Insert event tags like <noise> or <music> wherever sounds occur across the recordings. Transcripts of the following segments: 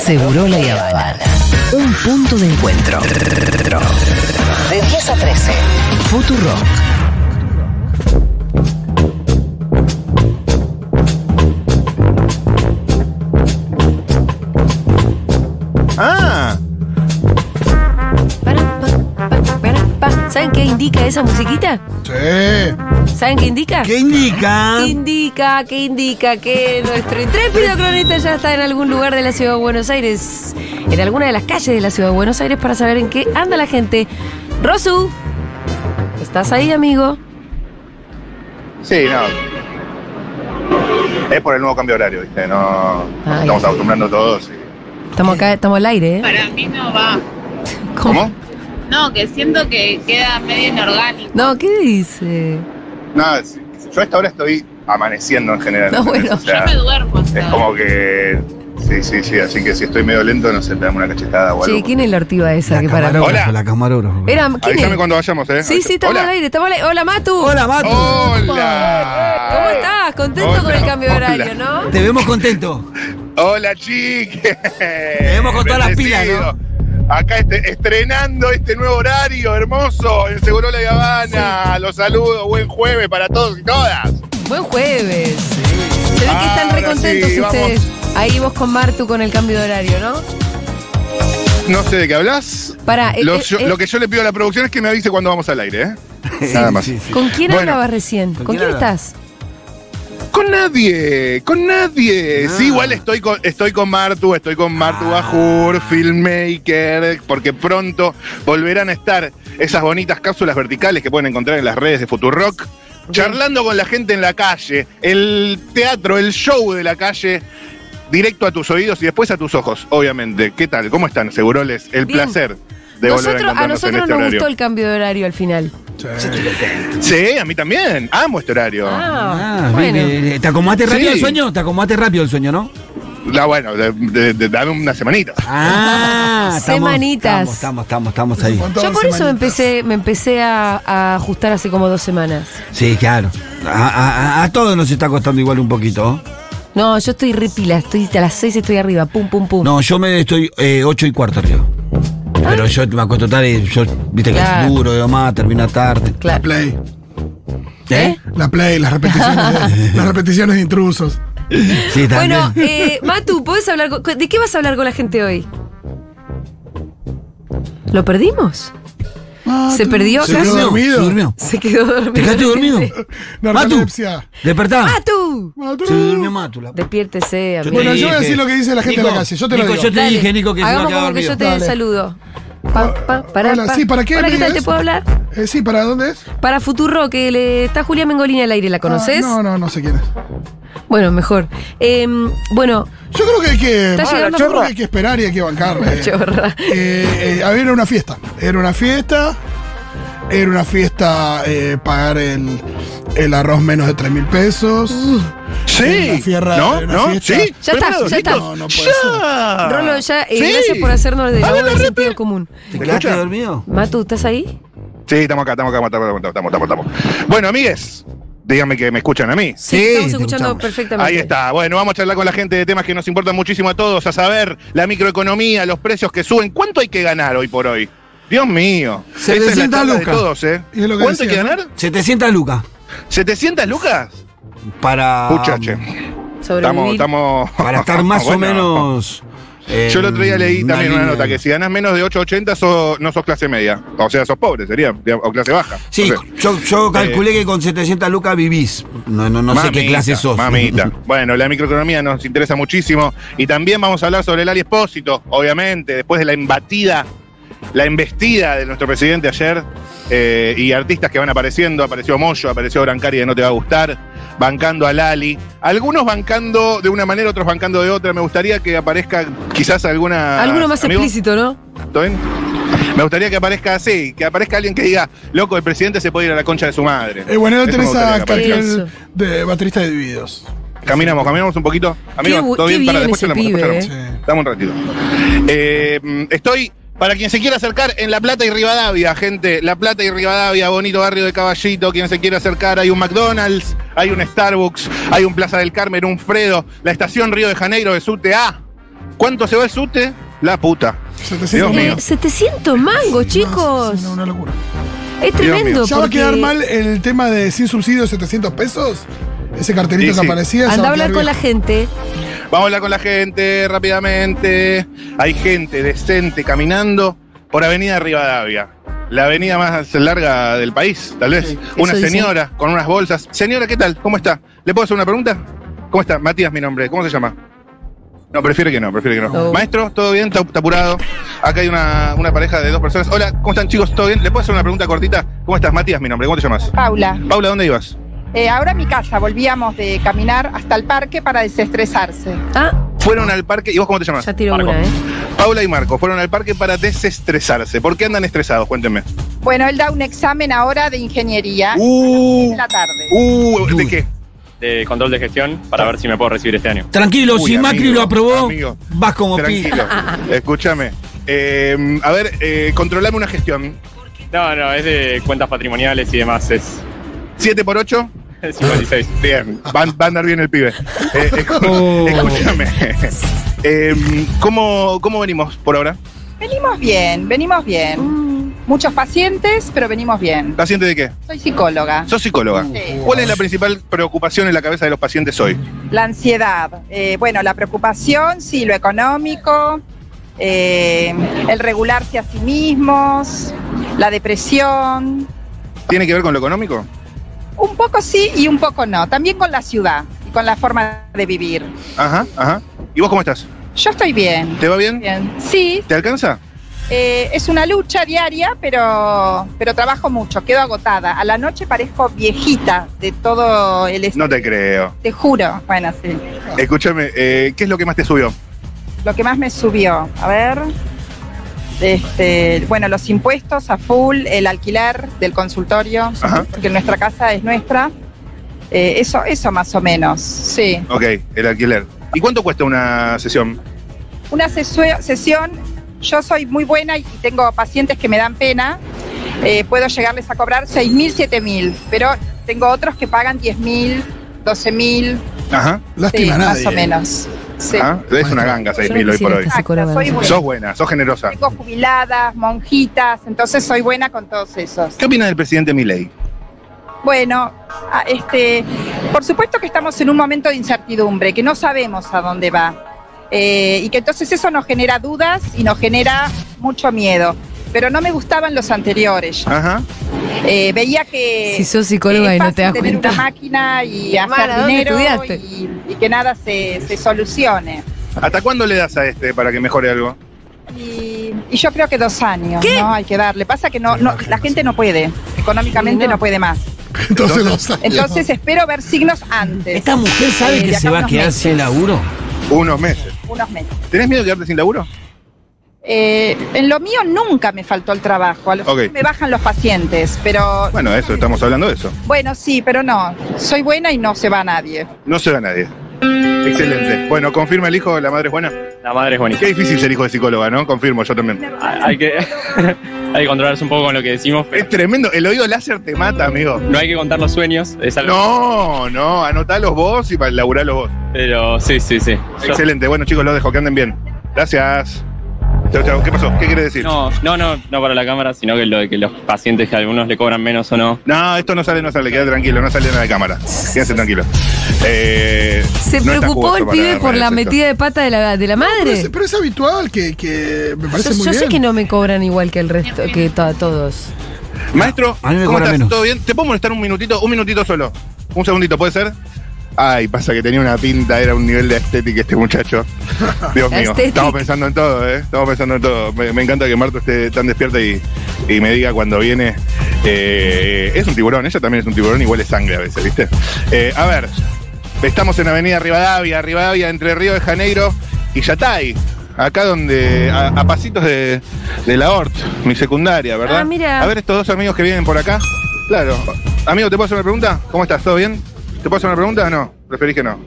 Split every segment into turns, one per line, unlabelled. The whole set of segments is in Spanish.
Seguro la Habana. Un punto de encuentro. De 10 a 13. Futurock.
Ah,
Pará, pa, pa, pará, pa. ¿Saben qué indica esa musiquita?
sí.
¿Saben qué indica?
¿Qué indica?
Que indica, que indica que nuestro intrépido cronista ya está en algún lugar de la ciudad de Buenos Aires, en alguna de las calles de la ciudad de Buenos Aires para saber en qué anda la gente. Rosu, ¿estás ahí, amigo?
Sí, no. Es por el nuevo cambio de horario, ¿viste? No, nos
Ay.
estamos acostumbrando todos. y-
Estamos acá, estamos al aire, ¿eh?
Para mí no va.
¿Cómo?
No, que siento que queda medio inorgánico.
No, ¿qué dice?
Nada, sí, yo a esta hora estoy amaneciendo en general.
No,
¿entendés?
bueno.
O sea,
Yo me duermo. hasta
es
ahora.
como que... Sí, sí, sí, así que si estoy medio lento, no sé, te damos una cachetada o algo.
Che, ¿quién es la ortiva esa que para
camarógrafa,
Hola.
La camarógrafa.
Era, ¿quién
Avísame
es?
cuando vayamos, ¿eh?
Sí, sí, estamos
Hola.
al aire, estamos al aire. Hola, Matu.
Hola, Matu.
¡Hola!
¿Cómo estás? Contento
Hola,
con el cambio de
hola.
horario, ¿no?
Te vemos contento.
Hola, chiques.
vemos con todas las pilas,
Bendecido. Acá este- estrenando este nuevo horario hermoso en Seguro La Habana. Los saludo, buen jueves para todos y todas.
Buen jueves. Se ve que están
Ahora
recontentos
Ah, sí, vamos.
ustedes. Ahí vos con Martu con el cambio de horario, ¿no?
No sé de qué hablas.
Pará, eh,
Lo,
eh,
yo-
eh,
lo que yo le pido a la producción es que me avise cuando vamos al aire, ¿eh? Nada
<laughs>
más.
Sí, sí.
¿con quién
Bueno.
hablabas recién? ¿Con,
¿Con
quién
quién hablaba?
estás?
Con nadie, con nadie.
Ah.
Sí, igual estoy con, estoy con Martu, estoy con Martu
Ah.
Bajur, filmmaker, porque pronto volverán a estar esas bonitas cápsulas verticales que pueden encontrar en las redes de Futurock, charlando con la gente en la calle, el teatro, el show de la calle, directo a tus oídos y después a tus ojos, obviamente. ¿Qué tal? ¿Cómo están? Seguroles, el
Bien.
placer de volver a
Nosotros, a,
encontrarnos en
nosotros
este
nos
horario.
gustó el cambio de horario al final.
Sí, a mí también. Amo este horario.
Ah,
Ah,
bueno.
bien, eh, ¿Te acomodaste rápido
Sí.
el sueño? ¿Te acomodaste rápido el sueño, no?
La, bueno, de- de- de- dame una semanita.
Ah, estamos-
Semanitas.
Estamos, estamos, estamos, estamos ahí.
Yo por eso me empecé, me empecé a, a ajustar hace como dos semanas.
Sí, claro. A, a- a- a todos nos está costando igual un poquito. ¿oh?
No, yo estoy repila, estoy a las seis estoy arriba, pum, pum, pum.
No, yo me estoy 8 y cuarto arriba. Pero yo me acuesto tarde, yo, viste que
Claro.
es duro, de más, termina tarde.
La
Claro.
play.
¿Eh?
La play, las repeticiones
<laughs>
de, las repeticiones de intrusos.
Sí, también.
Bueno, eh, Matu, ¿podés hablar con- con- ¿de qué vas a hablar con la gente hoy? ¿Lo perdimos? ¿Se perdió
Ah, se
acaso?
quedó dormido.
Se durmió.
Se quedó dormido.
¿Te quedaste dormido? Ah. Matu,
Narcolepsia.
despertá.
Ah, ¡Matu!
Se durmió Matu. la-
Despiértese, amigo.
Bueno, yo voy a
dije.
decir lo que dice la gente
Nico,
en la calle. Yo te lo
Nico,
digo.
yo te
Dale,
dije, Nico, que se
hagamos
me quedaba
como que yo te
dormido.
Dale.
saludo. Pa, pa, pará,
Hola,
pa.
sí, ¿para qué
Hola, ¿qué tal?
me
¿Te
es?
puedo hablar?
Eh, sí, ¿para dónde es?
Para Futuro, que le está Julia Mengolini al aire, ¿la conoces?
Ah, no, no, no sé quién es.
Bueno, mejor. Em, bueno,
Yo creo que hay que.
Está
Ah,
llegando
yo
Ferro.
creo que hay que esperar y hay que bancarle.
<laughs> chorra.
Eh, eh, a ver, era una fiesta. Era una fiesta. Era una fiesta eh, pagar el, el arroz menos de 3 mil pesos.
Uh.
Sí.
Una fierra,
¿No?
una
¿No?
fiesta.
¿Sí?
Ya está, ya está.
No, no puede Ah.
Ya.
Rolo, ya, eh,
Sí.
gracias por hacernos de
A ver,
nuevo el
la
sentido común.
¿Te
¿Me
quedaste
escucha?
dormido?
Matu, ¿estás ahí?
Sí, estamos acá, estamos acá, estamos, acá, estamos, estamos, estamos, estamos. Bueno, amigues, díganme que me escuchan a mí.
Sí,
Sí, estamos
te
escuchando
escuchamos.
perfectamente.
Ahí está. Bueno, vamos a charlar con la gente de temas que nos importan muchísimo a todos, a saber, la microeconomía, los precios que suben. ¿Cuánto hay que ganar hoy por hoy? Dios mío. Esta es la
700
charla de
lucas.
todos, ¿eh?
Y es lo que
¿Cuánto hay que
decía,
ganar?
700 lucas.
¿700 lucas?
Para.
Puchache. Estamos,
Sobrevivir.
estamos.
Ah, Para
<laughs>
<laughs>
estar más o
Bueno.
menos. eh,
Yo el otro día leí también una
línea.
nota que si ganas menos de 8.80 sos- no sos clase media. O sea, sos pobre, sería. digamos, O clase baja.
Sí,
No sé.
yo, yo
Eh,
calculé que con 700 lucas vivís. No, no, no sé qué
Mamita,
clase sos.
Mamita.
<laughs>
Bueno, la microeconomía nos interesa muchísimo. Y también vamos a hablar sobre el Ali Espósito, obviamente, después de la embatida, la embestida de nuestro presidente ayer. eh, y artistas que van apareciendo. Apareció Moyo, apareció Brancari de No Te Va a Gustar, bancando al Ali. Algunos bancando de una manera, otros bancando de otra. Me gustaría que aparezca quizás alguna.
Alguno más
amigo,
explícito, ¿no?
¿Está bien? Me gustaría que aparezca así, que aparezca alguien que diga, loco, el presidente se puede ir a la concha de su madre.
Eh, bueno, ahora
Eso me
tenés
gustaría
a
que aparezca.
Catriel
Eso.
de baterista de Divididos.
Caminamos, caminamos un poquito.
Qué bu-
Amigos, todo
qué
bien, para
bien
después
ese
charlamos, después
pibe,
charlamos. Dame un ratito. Eh, mm, estoy, para quien se quiera acercar, en La Plata y Rivadavia, gente. La Plata y Rivadavia, bonito barrio de Caballito. Quien se quiera acercar, hay un McDonald's, hay un Starbucks, hay un Plaza del Carmen, un Fredo, la estación Río de Janeiro de SUTE A. ¿Cuánto se va el SUTE? La puta.
700
Dios mío.
Eh, 700 mangos,
No,
chicos.
es una locura.
Es tremendo.
mío.
¿Ya va a
porque
quedar mal el tema de sin subsidio 700 pesos? Ese cartelito
Sí,
que
sí.
aparecía. ya va
Anda a
a
hablar
quedar
con la
bien.
gente.
Vamos a hablar con la gente rápidamente. Hay gente decente caminando por Avenida Rivadavia. La avenida más larga del país, tal vez. una
dicen.
señora con unas bolsas. Señora, ¿qué tal? ¿Cómo está? ¿Le puedo hacer una pregunta? ¿Cómo está? Matías, mi nombre. ¿Cómo se llama? No, prefiere que no, prefiere que no.
Oh.
Maestro, ¿todo bien? ¿Está está apurado? Acá hay una, una pareja de dos personas. Hola, ¿cómo están chicos? ¿Todo bien? ¿Le puedo hacer una pregunta cortita? ¿Cómo estás? Matías, mi nombre. ¿Cómo te llamas?
Paula,
Paula, ¿dónde ibas?
eh, ahora a mi casa, volvíamos de caminar hasta el parque para desestresarse.
Ah,
Fueron al parque. ¿Y vos cómo te llamas?
ya tiró
Marco.
una, ¿eh?
Paula y Marco fueron al parque para desestresarse. ¿Por qué andan estresados? Cuéntenme.
Bueno, él da un examen ahora de
Ah,
ingeniería
Uh,
en la tarde.
uh, ¿De qué?
de control de gestión para ver si me puedo recibir este año.
Tranquilo,
Uy,
si
amigo,
Macri lo aprobó,
amigo,
vas como
<laughs>
pi.
Tranquilo.
<laughs>
Escúchame. Eh, a ver, eh, controlame una gestión.
No, no, es de cuentas patrimoniales y demás, es
¿7 por 8?
es 56.
Bien, va, va a andar bien el pibe. Eh,
<laughs>
escu-
Oh.
Escúchame. Eh, ¿cómo, ¿Cómo venimos por ahora?
Venimos bien, venimos bien. Muchos pacientes, pero venimos bien.
¿Paciente de qué?
Soy psicóloga.
¿Sos psicóloga?
Sí.
¿Cuál es la principal preocupación en la cabeza de los pacientes hoy?
La ansiedad, eh, bueno, la preocupación, sí, lo económico, eh, el regularse a sí mismos, la depresión.
¿Tiene que ver con lo económico?
Un poco sí y un poco no. También con la ciudad y con la forma de vivir.
Ajá, ajá. ¿Y vos cómo estás?
Yo estoy bien.
¿Te va bien?
Bien. Sí,
¿Te alcanza?
eh, es una lucha diaria, pero, pero trabajo mucho, quedo agotada. A la noche parezco viejita de todo el estrés,
No te creo.
te juro. Bueno, sí.
Escúchame, eh, ¿qué es lo que más te subió?
Lo que más me subió, a ver, este, bueno, los impuestos a full, el alquiler del consultorio,
Ajá.
porque nuestra casa es nuestra. Eh, eso, eso más o menos, sí.
Ok, el alquiler. ¿Y cuánto cuesta una sesión?
una sesu- sesión, yo soy muy buena y tengo pacientes que me dan pena, eh, puedo llegarles a cobrar 6.000, 7.000, pero tengo otros que pagan 10.000, 12.000,
Ajá.
sí,
Lástima a
más
nadie.
o menos. Sí.
ajá. Es una ganga
Yo no
6.000 hoy por
quisiera
hoy.
estar psicóloga,
Soy
¿no?
buena.
Sos buena, sos generosa.
Tengo jubiladas, monjitas, entonces soy buena con todos esos.
¿Qué opinas del presidente Milei?
Bueno, a- este, por supuesto que estamos en un momento de incertidumbre, que no sabemos a dónde va. Eh, y que entonces eso nos genera dudas y nos genera mucho miedo. Pero no me gustaban los anteriores.
Ajá.
Eh, veía que.
Si sos psicóloga
que
y
es
no te das
fácil tener
cuenta.
una máquina y
Mara,
hacer
¿dónde
dinero
estudiaste?
y, y que nada se, se solucione.
¿Hasta cuándo le das a este para que mejore algo?
Y, y yo creo que dos años,
¿Qué?
¿no? Hay que darle. Pasa que no,
Me
no-
imagino,
la gente no puede. Económicamente
Sí, no.
no puede más.
Entonces, los años.
Entonces espero ver signos antes.
¿Esta mujer sabe
Eh, de
que
acá
se va a
unos
quedar
meses.
sin laburo?
Unos meses.
Unos meses.
¿Tenés miedo de quedarte sin laburo?
Eh, en lo mío nunca me faltó el trabajo. A los
Ok.
me bajan los pacientes, pero
Bueno, eso, estamos hablando de eso.
bueno, sí, pero no. Soy buena y no se va nadie.
No se va nadie. Excelente. Bueno, confirma el hijo, la madre es buena.
La madre es bonita.
Qué difícil ser hijo de psicóloga, ¿no? Confirmo, yo también.
Hay que, <laughs> hay que controlarse un poco con lo que decimos, pero
Es tremendo. El oído láser te mata, amigo.
no hay que contar los sueños, es algo.
No, no, anotalos vos y para laburalos vos.
Pero sí, sí, sí. Yo-
Excelente, bueno chicos, los dejo, que anden bien. Gracias. Chau, chau, ¿qué pasó? ¿Qué quieres decir? No.
no, no, no, no para la cámara, sino que lo de que los pacientes que a algunos le cobran menos o no.
esto no sale, no sale, quédate tranquilo, no sale nada de cámara. Quédense tranquilo. Eh,
Se
no está
preocupó
jugoso
el
para
pibe
darme
por la
esto.
metida de pata de la, de la
Pero
madre.
es, pero es habitual que, que me
eh. Yo,
parece muy
yo
bien.
sé que no me cobran igual que el resto, que to- a todos.
Maestro,
A mí me
¿cómo
cobra
estás?
menos.
¿Todo bien? ¿Te puedo molestar un minutito? Un minutito solo. Un segundito, ¿puede ser? Ay, pasa que tenía una pinta, era un nivel de estética este muchacho. Dios mío,
Aesthetic.
estamos pensando en todo, ¿eh? Estamos pensando en todo. Me, me encanta que Marta esté tan despierta y, y me diga cuando viene. eh, es un tiburón, ella también es un tiburón, igual es sangre a veces, ¿viste? Eh, a ver, estamos en Avenida Rivadavia, Rivadavia entre Río de Janeiro y Yatay. Acá donde, a, a pasitos de, de la Hort, mi secundaria, ¿verdad?
Ah, mira.
A ver estos dos amigos que vienen por acá. Claro. Amigo, ¿te puedo hacer una pregunta? ¿Cómo estás? ¿Todo bien? ¿Te puedo hacer una pregunta o no? Preferís que no.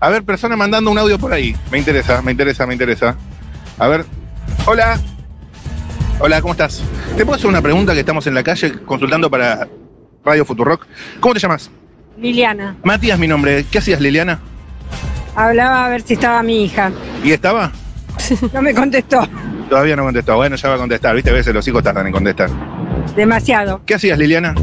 A ver, persona mandando un audio por ahí. Me interesa, me interesa, me interesa. A ver. Hola. Hola, ¿cómo estás? ¿Te puedo hacer una pregunta que estamos en la calle consultando para Radio Futurock? ¿Cómo te llamas?
Liliana,
Matías, mi nombre. ¿Qué hacías, Liliana?
hablaba a ver si estaba mi hija.
¿Y estaba?
No me contestó.
Todavía no contestó. Bueno, ya va a contestar. Viste, a veces los hijos tardan en contestar.
Demasiado.
¿Qué hacías, Liliana?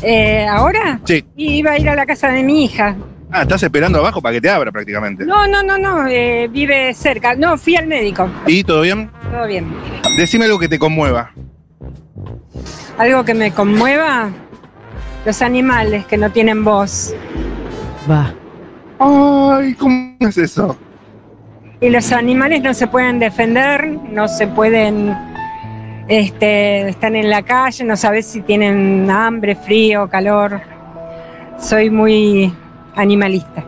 Eh, ¿Ahora?
Sí.
Iba a ir a la casa de mi hija.
Ah, estás esperando abajo para que te abra prácticamente.
No, no, no, no. eh, vive cerca. No, fui al médico.
¿Y todo bien?
Todo bien.
Decime algo que te conmueva.
Algo que me conmueva. Los animales que no tienen voz.
Va.
Ay, ¿cómo es eso?
Y los animales no se pueden defender, no se pueden. Este, están en la calle, no sabes si tienen hambre, frío, calor. Soy muy animalista.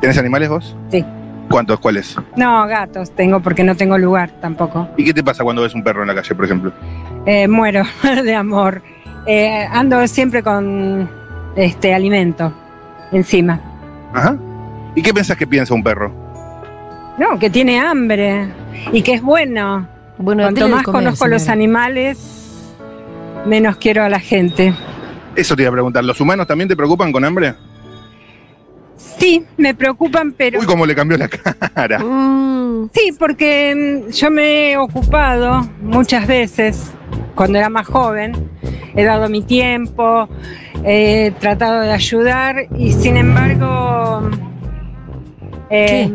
¿Tenés animales vos?
Sí.
¿Cuántos? ¿Cuáles?
No, gatos tengo porque no tengo lugar tampoco.
¿Y qué te pasa cuando ves un perro en la calle, por ejemplo?
Eh, muero <laughs> de amor. Eh, ando siempre con este alimento encima.
Ajá. ¿Y qué pensás que piensa un perro?
No, que tiene hambre y que es bueno.
Bueno,
Cuanto
dele de
más
comer,
conozco los
señora.
animales, menos quiero a la gente.
Eso te iba a preguntar. ¿Los humanos también te preocupan con hambre?
Sí, me preocupan, pero
Uy, cómo le cambió la <laughs> cara.
Mm,
sí, porque mm, yo me he ocupado muchas veces cuando era más joven. He dado mi tiempo, he tratado de ayudar y sin embargo eh,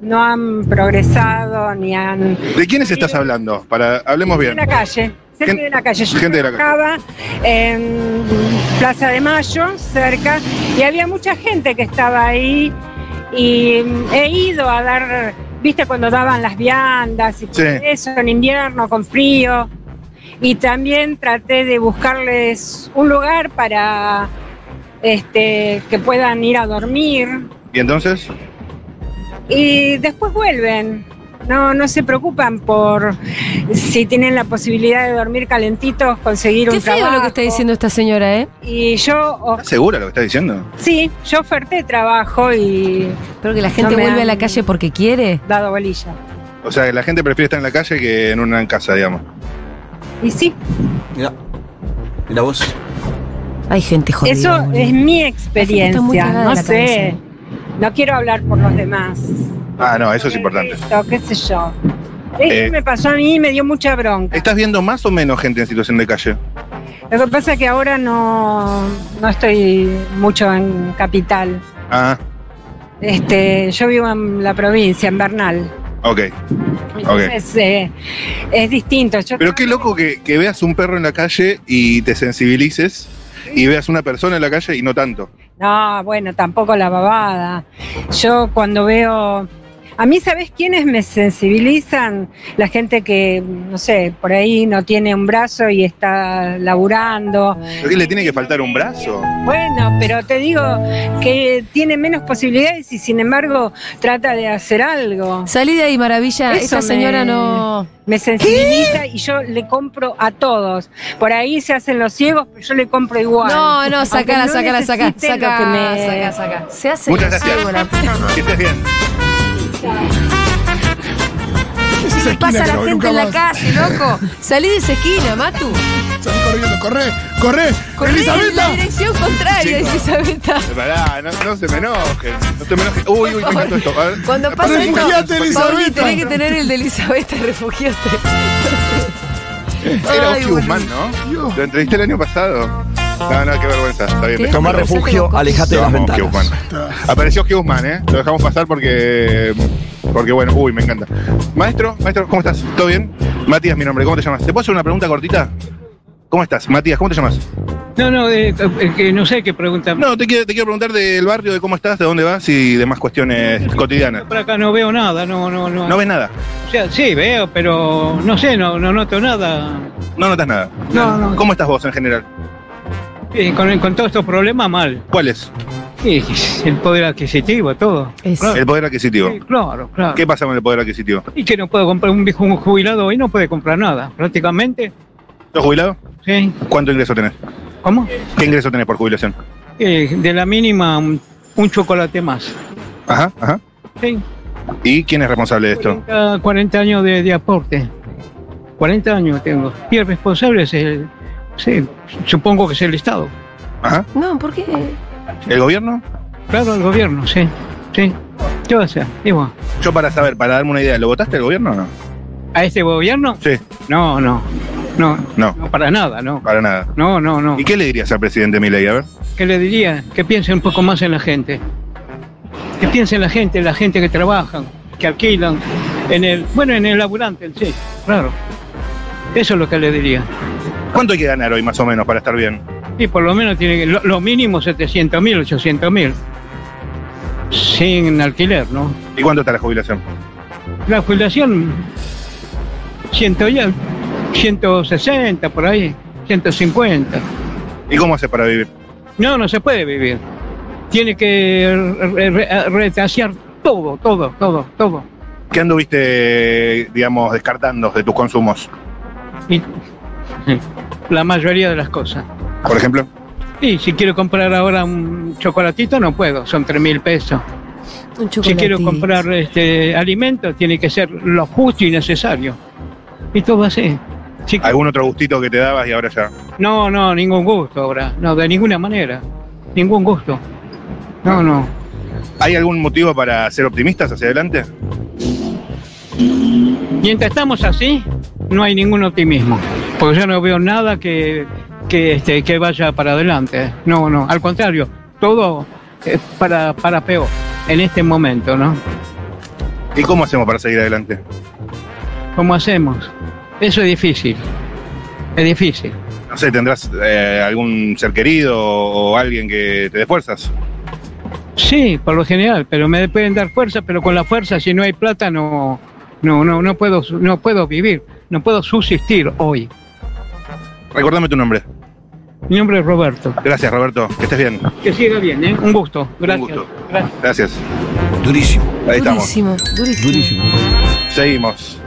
no han progresado ni han
¿De quiénes estás hablando? Para hablemos
En
bien.
la calle. Cerca
Gen-
de la calle. Yo
gente de la
trabajaba en Plaza de Mayo, cerca, y había mucha gente que estaba ahí. Y he ido a dar, viste, cuando daban las viandas y todo
Sí.
eso, en invierno, con frío. Y también traté de buscarles un lugar para este, que puedan ir a dormir.
¿Y entonces?
Y después vuelven. No, no se preocupan por si tienen la posibilidad de dormir calentitos, conseguir
Qué
un
feo
trabajo.
lo que está diciendo esta señora, ¿eh?
Y yo, of-
¿Estás segura de lo que estás diciendo?
sí, yo oferté trabajo y
Pero que la gente
No me
vuelve a la
han-
calle porque quiere.
dado bolilla.
O sea, que la gente prefiere estar en la calle que en una casa, digamos.
Y sí,
Mira. Mira vos.
Hay gente jodida.
eso
boludo.
es mi
La gente está muy
experiencia.
cagada de
No
la
sé,
cabeza. eh.
no quiero hablar por los demás.
Ah, no, eso es
Por el
importante.
resto, qué sé yo. Esto
Eh.
me pasó a mí y me dio mucha bronca.
¿Estás viendo más o menos gente en situación de calle?
Lo que pasa es que ahora no, no estoy mucho en capital.
Ah,
Este, yo vivo en la provincia, en Bernal.
ok.
Entonces eh, es distinto. Yo
Pero qué loco que, que veas un perro en la calle y te sensibilices y veas una persona en la calle y no tanto.
No, bueno, tampoco la babada. Yo cuando veo. A mí, ¿sabes quiénes me sensibilizan? La gente que, no sé, por ahí no tiene un brazo y está laburando.
¿Pero qué, le tiene que faltar un brazo?
Bueno, pero te digo que tiene menos posibilidades y sin embargo trata de hacer algo.
Salí de ahí, maravilla.
Eso
esta señora
me-
no.
Me sensibiliza y yo le compro a todos. Por ahí se hacen los ciegos, pero yo le compro igual.
No, no, sacala,
no
sacala, sacala.
necesite lo
Saca,
que me-
saca, saca. Se hace.
Muchas
los
gracias.
árboles.
Que estés bien.
Es esa esquina
Pasa
que
la
no,
gente
nunca
en la
más.
calle, Ah, loco. Salí de esa esquina, Matu.
Salí corriendo, corre, corre.
Corrí en la
Elisabetta.
dirección contraria,
Chicos.
Elisabetta.
Pará, no, no se me enojen. No te me enojes. Uy, uy, me encantó esto. A ver.
Cuando pasa esto,
Refugiate,
Pauli,
Elisabetta.
tenés que tener el de Elisabetta, refugiate.
Era Oski
Ay, boludo.
Guzmán, ¿no?
Dios.
Lo entrevisté el año pasado. No, no, qué vergüenza. Está bien,
¿Qué?
me-
Tomá
me-
refugio, alejate
Lo amo, Oski Guzmán. Apareció Oski Guzmán, ¿eh? Lo dejamos pasar porque. Porque bueno, uy, me encanta. Maestro, maestro, ¿cómo estás? ¿Todo bien? Matías, mi nombre, ¿cómo te llamas? ¿Te puedo hacer una pregunta cortita? ¿Cómo estás? Matías, ¿cómo te llamas?
No, no, eh, eh, que no sé qué pregunta.
No, te quiero, te quiero preguntar del barrio, de cómo estás, de dónde vas y demás cuestiones cotidianas.
Por acá no veo nada, no, no, no.
¿No ves nada?
O sea, sí veo, pero no sé, no, no noto nada.
No notas nada.
No, no.
¿Cómo estás vos en general?
Eh, con, con todos estos problemas, mal.
¿Cuáles?
Y el poder adquisitivo, todo.
Es-
Claro,
El poder adquisitivo.
sí, claro, claro.
¿Qué pasa con el poder adquisitivo?
Y que no puedo comprar, un viejo jubilado hoy no puede comprar nada, prácticamente.
¿Estás jubilado?
Sí.
¿Cuánto ingreso tenés?
¿Cómo?
¿Qué ingreso tenés por jubilación?
Eh, de la mínima, un, un chocolate más.
Ajá, ajá.
Sí.
¿Y quién es responsable de esto?
40, 40 años de, de aporte. 40 años tengo. Y el responsable es el. Sí, supongo que es el Estado.
Ajá.
No, ¿por qué?
¿El gobierno?
Claro, el gobierno, sí. Sí. ¿Qué va a hacer? Y bueno,
Yo para saber, para darme una idea, ¿lo votaste el gobierno o no?
¿A este gobierno?
Sí,
No, no. No,
no,
no para nada, no.
para nada.
No, no, no.
¿Y qué le dirías al presidente Milei? A ver.
¿Qué le diría? Que piense un poco más en la gente. Que piense en la gente, en la gente que trabaja, que alquilan, en el, bueno, en el laburante en sí, claro. Eso es lo que le diría.
¿Cuánto hay que ganar hoy más o menos para estar bien?
Y por lo menos tiene que- lo, lo mínimo 700 mil, 800 mil. Sin alquiler, ¿no?
¿Y cuánto está la jubilación?
La jubilación, 100 y al- 160 por ahí, 150.
¿Y cómo hace para vivir?
No, no se puede vivir. Tiene que re- re- retasear todo, todo, todo, todo.
¿Qué anduviste, digamos, descartando de tus consumos?
Y la mayoría de las cosas.
Por ejemplo.
Y si quiero comprar ahora un chocolatito, no puedo, son 3 mil pesos.
Un
Si
chocolatito.
quiero comprar este alimento, tiene que ser lo justo y necesario. Y todo así. Sí,
¿Algún otro gustito que te dabas y ahora ya?
no, no, ningún gusto ahora. No, de ninguna manera. Ningún gusto. No, no.
¿Hay algún motivo para ser optimistas hacia adelante?
Mientras estamos así, no hay ningún optimismo. Porque yo no veo nada que, que, este, que vaya para adelante. No, no. Al contrario, todo es para, para peor en este momento, ¿no?
¿Y cómo hacemos para seguir adelante?
¿Cómo hacemos? Eso es difícil. Es difícil.
No sé, ¿tendrás eh, algún ser querido o alguien que te dé fuerzas?
Sí, por lo general, pero me pueden dar fuerza, pero con la fuerza, si no hay plata, no, no, no, no puedo, no puedo vivir, no puedo subsistir hoy.
Recordame tu nombre.
Mi nombre es Roberto.
Gracias, Roberto. Que estés bien.
Que siga bien, ¿eh? Un gusto. Gracias.
gusto.
Gracias.
Gracias.
Durísimo,
Ahí estamos.
durísimo, durísimo.
durísimo.
Seguimos.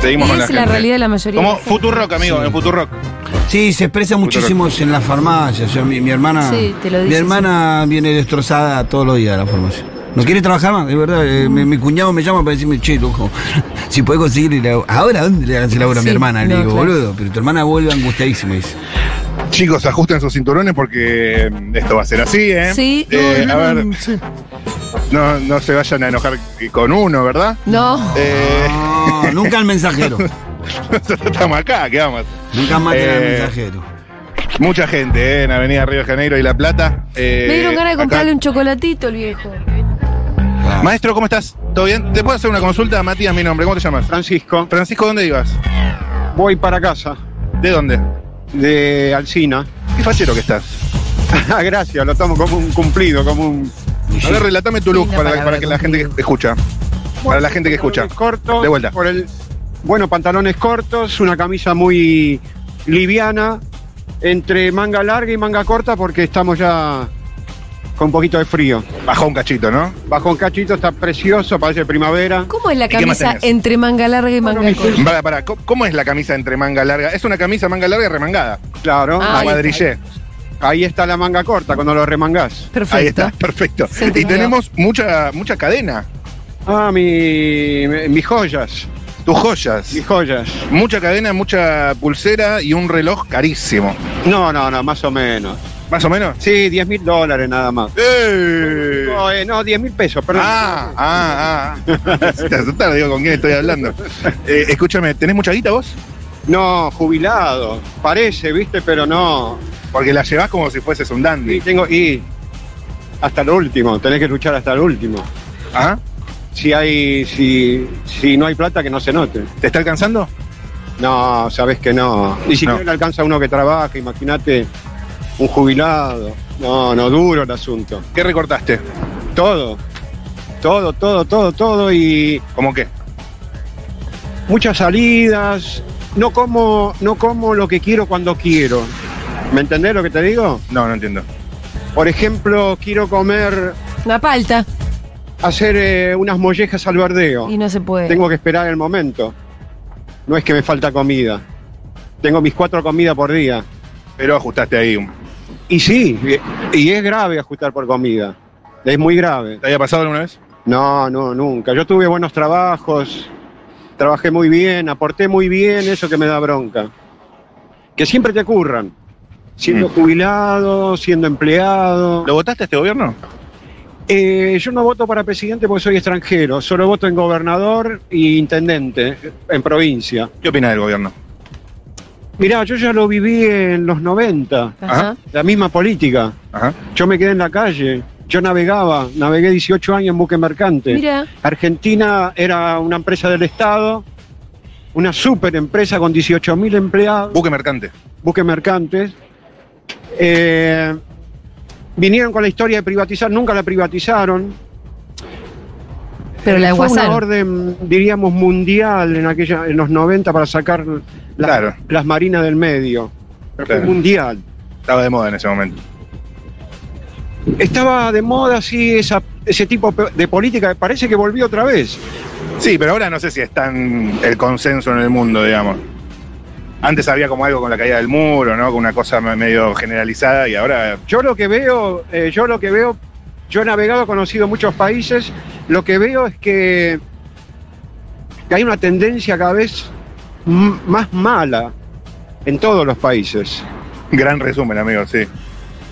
Seguimos con la
Es la,
gente.
realidad de la mayoría. de
Como
la gente.
Futurock, amigo,
Sí.
en Futurock.
Sí, se expresa muchísimo en las farmacias. Yo, mi, mi hermana,
Sí, te lo dice,
mi hermana viene destrozada todos los días a la farmacia. ¿No quiere trabajar más? De verdad, eh, mi, mi cuñado me llama para decirme, che, loco, si puede conseguir el Ahora, ¿dónde le hagas el laburo a mi
Sí,
hermana? Le
no,
digo,
claro.
boludo, pero tu hermana vuelve angustiadísima. Dice.
Chicos, ajusten sus cinturones porque mm, esto va a ser así, ¿eh?
Sí.
Eh,
No,
a ver,
no, sí.
no, no se vayan a enojar con uno, ¿verdad?
No.
Eh, <laughs>
No, nunca el mensajero.
nosotros estamos acá, ¿qué vamos?
Nunca maten al
Eh,
mensajero.
Mucha gente eh, en Avenida Río de Janeiro y La Plata. Eh,
Me dieron ganas de
acá.
comprarle un chocolatito el viejo.
Maestro, ¿cómo estás? ¿Todo bien? ¿Te puedo hacer una consulta? Matías, mi nombre. ¿Cómo te llamas?
Francisco,
Francisco, ¿dónde ibas?
voy para casa
¿De dónde?
de Alcina. <laughs> Ah,
¿Qué fachero que estás?
Gracias, lo tomo como un cumplido, como un...
A ver, relatame tu look
Linda
para,
palabra,
para que la gente que
cumplido.
escucha. Para la gente que escucha.
Pantalones cortos,
De vuelta.
Por el, bueno, pantalones cortos, una camisa muy liviana, entre manga larga y manga corta porque estamos ya con un poquito de frío.
Bajó un cachito, ¿no?
Bajo un cachito está precioso, parece primavera.
¿Cómo es la
qué más
camisa
tenés?
entre manga larga y manga
Bueno, mi
corta?
Pará, pará. ¿Cómo- ¿Cómo es la camisa entre manga larga? Es una camisa manga larga y remangada.
Claro,
A
Ah, Ahí
cuadrillé.
ahí está la manga corta cuando lo remangás.
Perfecto.
Ahí está, perfecto.
Se
Y
entendió.
tenemos mucha, mucha cadena.
Ah, mi, mis joyas,
Tus joyas.
mis joyas.
Mucha cadena, mucha pulsera y un reloj carísimo.
No, no, no, más o menos.
¿Más o menos?
Sí, 10 mil dólares nada más.
¡Eh!
No, eh, no 10 mil pesos, perdón.
Ah, ah, ah.
<laughs>
Te asustar, digo, ¿con quién estoy hablando? Eh, escúchame, ¿tenés mucha guita vos?
No, jubilado. Parece, viste, pero no.
Porque la llevas como si fueses un
Y
dandy.
tengo, y hasta el último, tenés que luchar hasta el último.
¿Ah?
Si hay, si, si no hay plata, que no se note.
¿Te está alcanzando?
No, sabes que no. Ni siquiera
No.
le alcanza a uno que trabaja, imagínate, un jubilado. No, no, duro el asunto.
¿Qué recortaste?
Todo, todo, todo, todo, todo y
¿Cómo qué?
muchas salidas. No como, no como lo que quiero cuando quiero. ¿Me entendés lo que te digo?
No, no entiendo.
Por ejemplo, quiero comer,
Una palta.
hacer eh, unas mollejas al
Oh.
verdeo.
Y no se puede.
Tengo que esperar el momento. No es que me falta comida. Tengo mis cuatro comidas por día.
Pero ajustaste ahí. un-
Y sí, y es grave ajustar por comida. Es muy grave.
¿Te había pasado alguna vez?
No, no, nunca. Yo tuve buenos trabajos, trabajé muy bien, aporté muy bien, eso que me da bronca. Que siempre te curran. Siendo
Mm.
jubilado, siendo empleado.
¿Lo votaste a este gobierno?
Eh, yo no voto para presidente porque soy extranjero, solo voto en gobernador e intendente en provincia.
¿Qué opina del gobierno?
Mirá, yo ya lo viví en los 90,
Ajá.
la misma política.
Ajá.
Yo me quedé en la calle, yo navegaba, navegué 18 años en buque mercante.
Mira.
Argentina era una empresa del Estado, una super empresa con 18.000 empleados,
Buque mercante.
buques mercantes. Eh, vinieron con la historia de privatizar, nunca la privatizaron.
Pero la
Fue una
WhatsApp.
orden, diríamos, mundial en, aquella, en los 90 para sacar la-
Claro.
las marinas del medio. Pero fue
Claro.
mundial.
Estaba de moda en ese momento.
Estaba de moda así esa- ese tipo de política, parece que volvió otra vez.
Sí, pero ahora no sé si es tan el consenso en el mundo, digamos. Antes había como algo con la caída del muro, ¿no? Con una cosa me- medio generalizada y ahora.
Yo lo que veo, eh, yo lo que veo, yo he navegado, he conocido muchos países, lo que veo es que, que hay una tendencia cada vez m- más mala en todos los países.
Gran resumen, amigo, sí.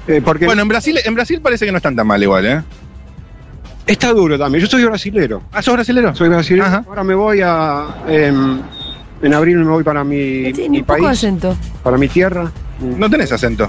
Eh, porque
Bueno, en Brasil, en Brasil parece que no están tan mal igual, ¿eh?
está duro también. Yo soy brasilero.
Ah, sos brasilero.
Soy brasilero.
Ajá.
Ahora me voy a. em, en abril me voy para mi,
Tiene
mi
un poco de
país,
acento.
para mi tierra.
No tenés acento.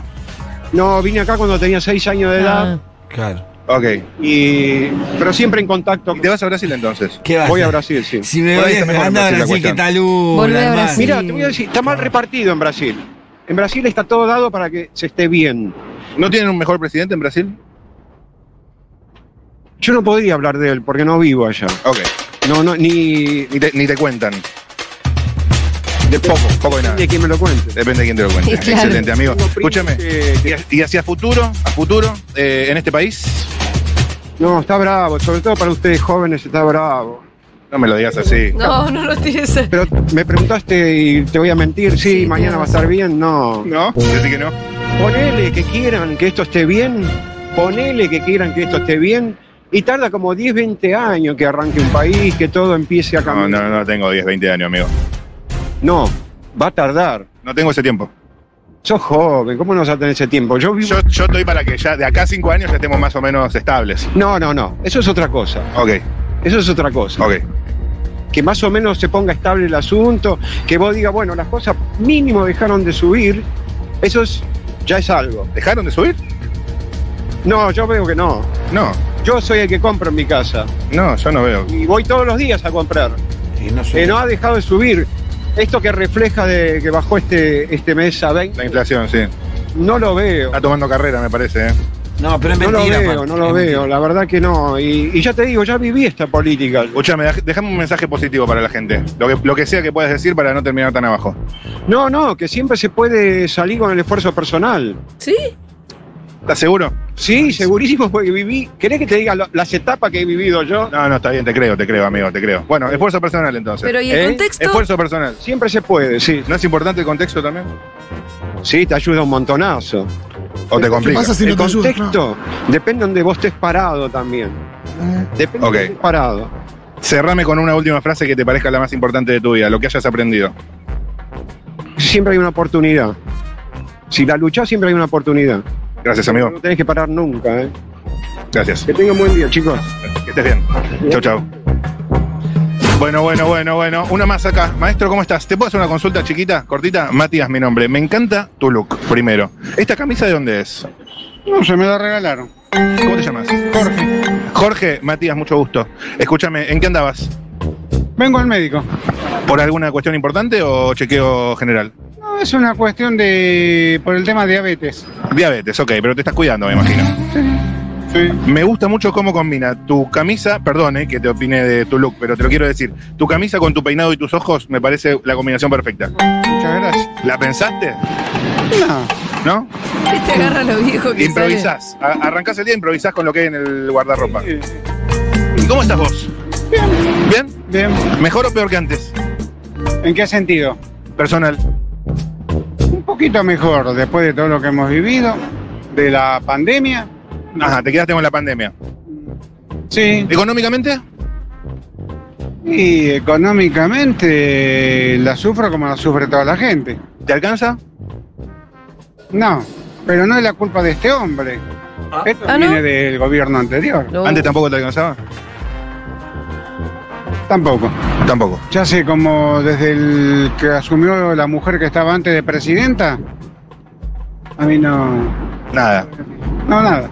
No, vine acá cuando tenía seis años de edad.
Ah.
Claro.
Ok.
Y, pero siempre en contacto.
¿Y te vas a Brasil entonces?
¿Qué vas
Voy a
hacer?
Brasil, sí.
Si me
Por ahí
voy
está mejor
a andar
Brasil la
así, ¿qué
cuestión.
tal?
Volvé a Brasil.
Mira, te voy a decir, está mal repartido en Brasil. En Brasil está todo dado para que se esté bien.
¿No tienen un mejor presidente en Brasil?
Yo no podría hablar de él porque no vivo allá.
Ok.
No, no, ni
Ni te, ni te cuentan. De poco, poco de nada.
de que me lo cuente.
Depende de quién te lo cuente.
Claro.
Excelente, amigo.
Tengo primos
Escúchame.
que-
¿Y
que-
ha- ¿Y hacia futuro, a futuro, eh, en este país?
no, está bravo, sobre todo para ustedes jóvenes está bravo.
No me lo digas así.
No, no lo tires.
Pero me preguntaste y te voy a mentir, sí,
Sí,
mañana va a
tenés
estar bien, no.
¿No? Decí que no.
Ponele que quieran que esto esté bien, ponele que quieran que esto esté bien, y tarda como 10, 20 años que arranque un país, que todo empiece a
No,
cambiar.
no, no tengo 10, 20 años, amigo.
No, va a tardar.
No tengo ese tiempo.
Sos joven, ¿cómo no vas a tener ese tiempo? Yo vivo.
Yo, yo estoy para que ya de acá a 5 años ya estemos más o menos estables.
No, no, no. Eso es otra cosa.
Ok,
Eso es otra cosa.
ok.
Que más o menos se ponga estable el asunto, que vos digas, bueno, las cosas mínimo dejaron de subir. Eso es, ya es algo.
¿Dejaron de subir?
No, yo veo que no.
No,
Yo soy el que compro en mi casa
no, yo no veo.
y voy todos los días a comprar.
Y no
Que
sé.
eh, no ha dejado de subir. Esto que refleja de que bajó este, este mes a 20,
La inflación, sí.
no lo veo.
Está tomando carrera, me parece, ¿eh?
No, pero es
No lo
mentira.
veo,
aparte,
no lo
es mentira.
veo, la verdad que no. Y, y ya te digo, ya viví esta política.
Escuchame, dej- dejame un mensaje positivo para la gente. Lo que, lo que sea que puedas decir para no terminar tan abajo.
No, no, que siempre se puede salir con el esfuerzo personal.
¿Sí?
¿Estás seguro?
Sí, segurísimo, porque viví. ¿Querés que te diga lo- las etapas que he vivido yo?
No, no, está bien, te creo, te creo, amigo, te creo. Bueno, esfuerzo personal entonces.
Pero ¿y el
¿Eh?
contexto?
Esfuerzo personal.
Siempre se puede, sí.
¿No es importante el contexto también?
Sí, te ayuda un montonazo.
¿O te complica?
pasa si
el
no te ayuda?
contexto depende donde vos estés parado también.
Eh.
Depende
Ok.
donde estés parado.
Cerrame con una última frase que te parezca la más importante de tu vida, lo que hayas aprendido.
Siempre hay una oportunidad. Si la luchás, siempre hay una oportunidad.
Gracias, amigo.
No tenés que parar nunca, ¿eh?
Gracias.
Que tengan buen día, chicos.
Que estés bien. Chau, chau. Bueno, bueno, bueno, bueno. Una más acá. Maestro, ¿cómo estás? ¿Te puedo hacer una consulta chiquita, cortita? Matías, mi nombre. Me encanta tu look, primero. ¿Esta camisa de dónde es?
No, se me la regalaron.
¿Cómo te llamas?
Jorge,
Jorge, Matías, mucho gusto. Escúchame, ¿en qué andabas?
vengo al médico.
¿Por alguna cuestión importante o chequeo general?
No, es una cuestión de. por el tema de diabetes.
Diabetes, ok, pero te estás cuidando, me imagino.
Sí.
Me gusta mucho cómo combina tu camisa, perdón eh, que te opine de tu look, pero te lo quiero decir. Tu camisa con tu peinado y tus ojos me parece la combinación perfecta.
Muchas gracias.
¿La pensaste?
No.
¿no?
Te agarra lo viejo que
Improvisás. A- Arrancás el día, improvisás con lo que hay en el guardarropa. ¿Cómo estás vos? Bien.
Bien.
¿Mejor o peor que antes?
¿En qué sentido?
Personal.
Un poquito mejor después de todo lo que hemos vivido, de la pandemia.
Ajá, te quedaste con la pandemia.
Sí,
¿Económicamente?
y económicamente la sufro como la sufre toda la gente.
¿Te alcanza?
No, pero no es la culpa de este hombre.
Esto
Ah, ¿no?
viene del gobierno anterior.
No.
¿Antes tampoco te alcanzaba?
Tampoco.
Tampoco.
Ya sé, como desde el que asumió la mujer que estaba antes de presidenta, a mí no.
Nada.
No, nada.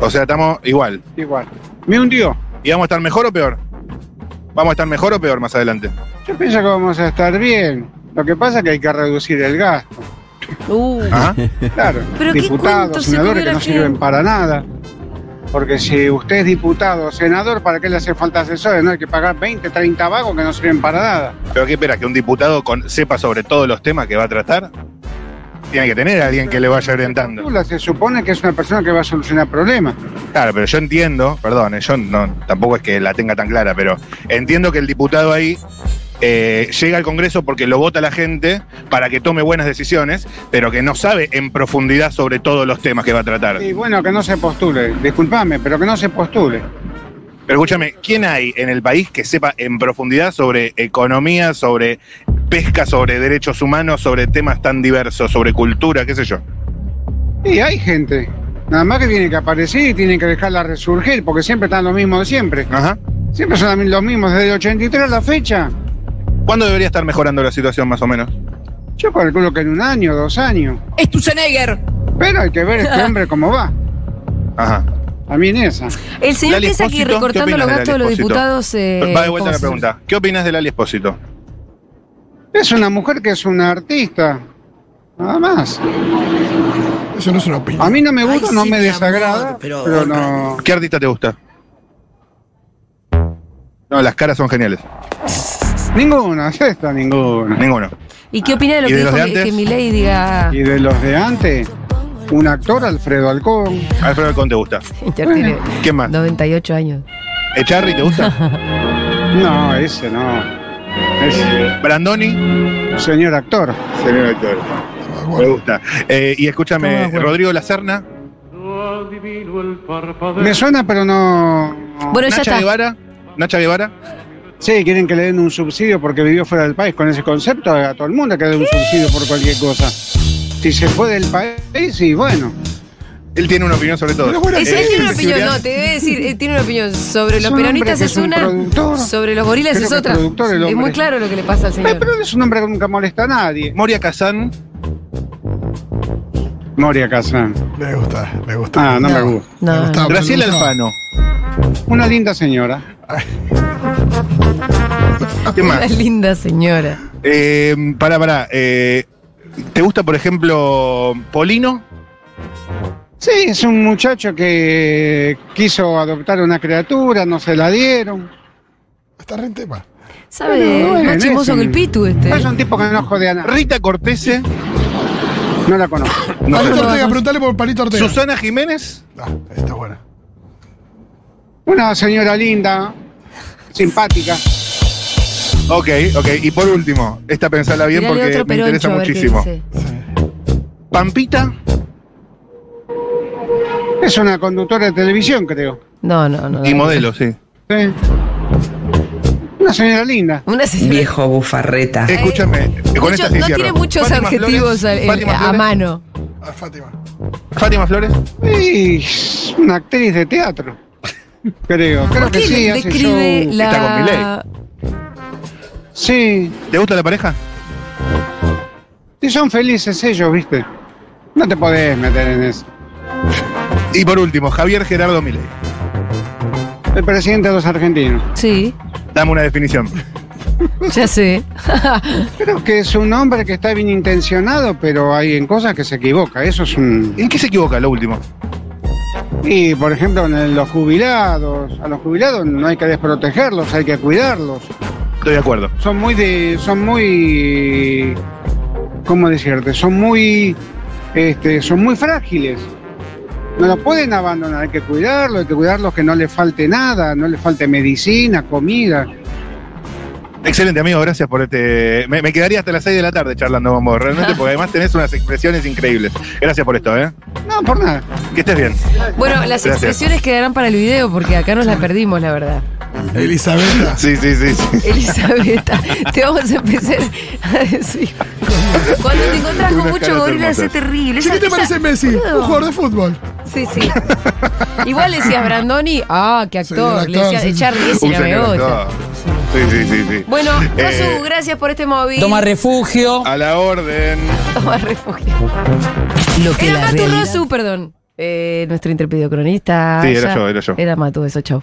O sea, estamos igual.
Igual. Me hundió.
¿Y vamos a estar mejor o peor? ¿Vamos a estar mejor o peor más adelante?
Yo pienso que vamos a estar bien. Lo que pasa es que hay que reducir el gasto.
Uh,
Ajá.
Claro,
Pero qué cuento
diputados,
se
senadores que
tuviera
no
que-
sirven para nada. Porque si usted es diputado o senador, ¿para qué le hace falta asesores? No hay que pagar 20, 30 vagos que no sirven para nada.
<laughs> ¿Pero qué espera? ¿Que un diputado con- sepa sobre todos los temas que va a tratar? Tiene que tener a alguien que le vaya orientando.
Lula se supone que es una persona que va a solucionar problemas.
Claro, pero yo entiendo, perdón, eh, yo no, tampoco es que la tenga tan clara, pero entiendo que el diputado ahí eh, llega al Congreso porque lo vota la gente para que tome buenas decisiones, pero que no sabe en profundidad sobre todos los temas que va a tratar.
Y bueno, que no se postule. Disculpame, pero que no se postule.
Pero escúchame, ¿quién hay en el país que sepa en profundidad sobre economía, sobre pesca, sobre derechos humanos, sobre temas tan diversos, sobre cultura, qué sé yo?
Y hay gente. Nada más que tiene que aparecer y tiene que dejarla resurgir, porque siempre están los mismos de siempre.
Ajá.
Siempre son los mismos desde el 83 a la fecha.
¿Cuándo debería estar mejorando la situación más o menos?
Yo calculo que en un año, dos años.
es tu Schwarzenegger.
Pero hay que
<laughs>
ver este hombre cómo va.
Ajá.
A mí en esa.
El señor
Lali
piensa que
Espósito, ¿qué
recortando
opinas
los
de
gastos de
Lali
los
Espósito?
diputados. eh,
Va de vuelta
¿cómo
la
se-
pregunta. ¿Qué opinas del Ali Espósito?
Es una mujer que es una artista. Nada más.
Eso no es una
Ah.
opinión.
A mí no me gusta,
Ay,
no
sí,
me
mi
desagrada,
amor, pero-
pero, no.
¿Qué artista te gusta? No, las caras son geniales.
Ninguna, <laughs> es esta, ninguna.
Ninguno.
¿Y qué opina de lo
¿Y
que
de
dijo
los de
mi- que
antes?
Milei diga?
Y de los de antes, un actor, Alfredo Alcón.
Alfredo Alcón te gusta.
<laughs> Ya tiene
¿Quién más?
98 años.
¿Echarri te
<laughs>
gusta?
No, ese no. Es
¿Brandoni?
señor actor.
Señor actor. Me gusta. Eh, y escúchame, ¿Rodrigo Lazarna?
Me suena, pero no.
Bueno, ya
¿Nacha
está.
Guevara? ¿Nacha Guevara?
Sí, quieren que le den un subsidio porque vivió fuera del país. Con ese concepto, a todo el mundo que le den un subsidio por cualquier cosa. Si se fue del país, y bueno.
Él tiene una opinión sobre todo.
Pero bueno,
Eh,
Es- él tiene una opinión,
Julián,
no, te voy a decir, eh, tiene una opinión. Sobre
Es
los
un hombre
peronistas
que
es
es un
una,
productor.
sobre los gorilas
Creo
es
que
otra.
productor el
Es muy
hombre.
claro lo que le pasa al
Eh, Pero
señor.
él es un hombre que nunca molesta a nadie.
Moria Kazan.
Moria Casán.
Me gusta, me gusta.
Ah, no, me gusta.
Me
No,
gustaba,
Graciela
me gustaba.
Alfano.
Una linda señora.
Ah,
¿Quién
<laughs> una
más?
linda señora.
Eh, pará, pará. eh, ¿Te gusta, por ejemplo, Polino?
Sí, es un muchacho que quiso adoptar una criatura, no se la dieron.
Está re en tema.
¿Sabe?
Bueno,
más
es
chismoso
un-
que el Pitu este.
Es un tipo que no jode a nadie.
¿Rita Cortese?
No la conozco.
No.
Palito
no,
Ortega,
no.
preguntale por Palito Ortega.
¿Susana Jiménez?
Ah, esta es buena.
Una señora linda, simpática.
Ok, ok. Y por último, esta pensala bien
Tirale
porque
otro
me interesa
peroncho a ver qué
muchísimo.
dice.
¿Pampita?
Es una conductora de televisión, creo.
No, no, no.
Y
no.
modelo, sí.
Sí. Una señora linda.
Una señora.
Viejo bufarreta.
Escúchame, con
Eh, Mucho-
esta sí
no
cierro.
tiene muchos
Fátima
adjetivos
Flores,
al- eh,
Fátima
a
Flores,
mano.
Ah, Fátima.
Fátima Flores.
Y es una actriz de teatro. <laughs> Creo, creo
¿Por
que
qué
sí,
le
hace
describe
show.
Está con
la.
Milei.
Sí,
¿Te gusta la pareja?
sí, son felices ellos, ¿viste? No te podés meter en eso.
Y por último, Javier Gerardo Milei.
El presidente de los argentinos.
Sí,
Dame una definición.
<laughs>
ya sé.
Creo que es un hombre que está bien intencionado, pero hay en cosas que se equivoca. Eso es un.
¿En qué se equivoca lo último?
Y, por ejemplo, en el- los jubilados. A los jubilados no hay que desprotegerlos, hay que cuidarlos.
Estoy de acuerdo.
Son muy de. Son muy. ¿Cómo decirte? Son muy. Este, son muy frágiles. No los pueden abandonar, hay que cuidarlos, hay que cuidarlos que no les falte nada, no les falte medicina, comida.
Excelente, amigo, gracias por este. Me, me quedaría hasta las 6 de la tarde charlando con vos,
<laughs>
realmente, porque además tenés unas expresiones increíbles. Gracias por esto, ¿eh?
No, por nada.
Que estés bien.
Bueno, las
Gracias.
expresiones quedarán para el video porque acá nos la perdimos, la verdad.
Elisabetta.
Sí, sí, sí. sí.
Eh, Elisabetta, <laughs> te vamos a empezar a decir. Cuando te encontrás con
Unas
mucho
caras
gorila,
hermosas.
es terrible.
¿Sí,
Esa-
¿Qué te
esa-
parece Messi? Un
boludo.
jugador de fútbol.
Sí, sí. Igual decías Brandoni, ah, qué actor.
Señor
Le
actor,
decías
sí, sí.
Charlie, ese
Un
no me
señor
gusta.
actor. Sí, sí, sí, sí.
Bueno,
Eh,
Rosu, gracias por este móvil.
Toma refugio.
A la orden.
Toma refugio.
Lo que
Era
la
Matu
realidad-
Rosu, perdón. Eh, nuestro intrépido cronista.
Sí, era
ya.
yo, era yo.
Era Matu, eso, chau.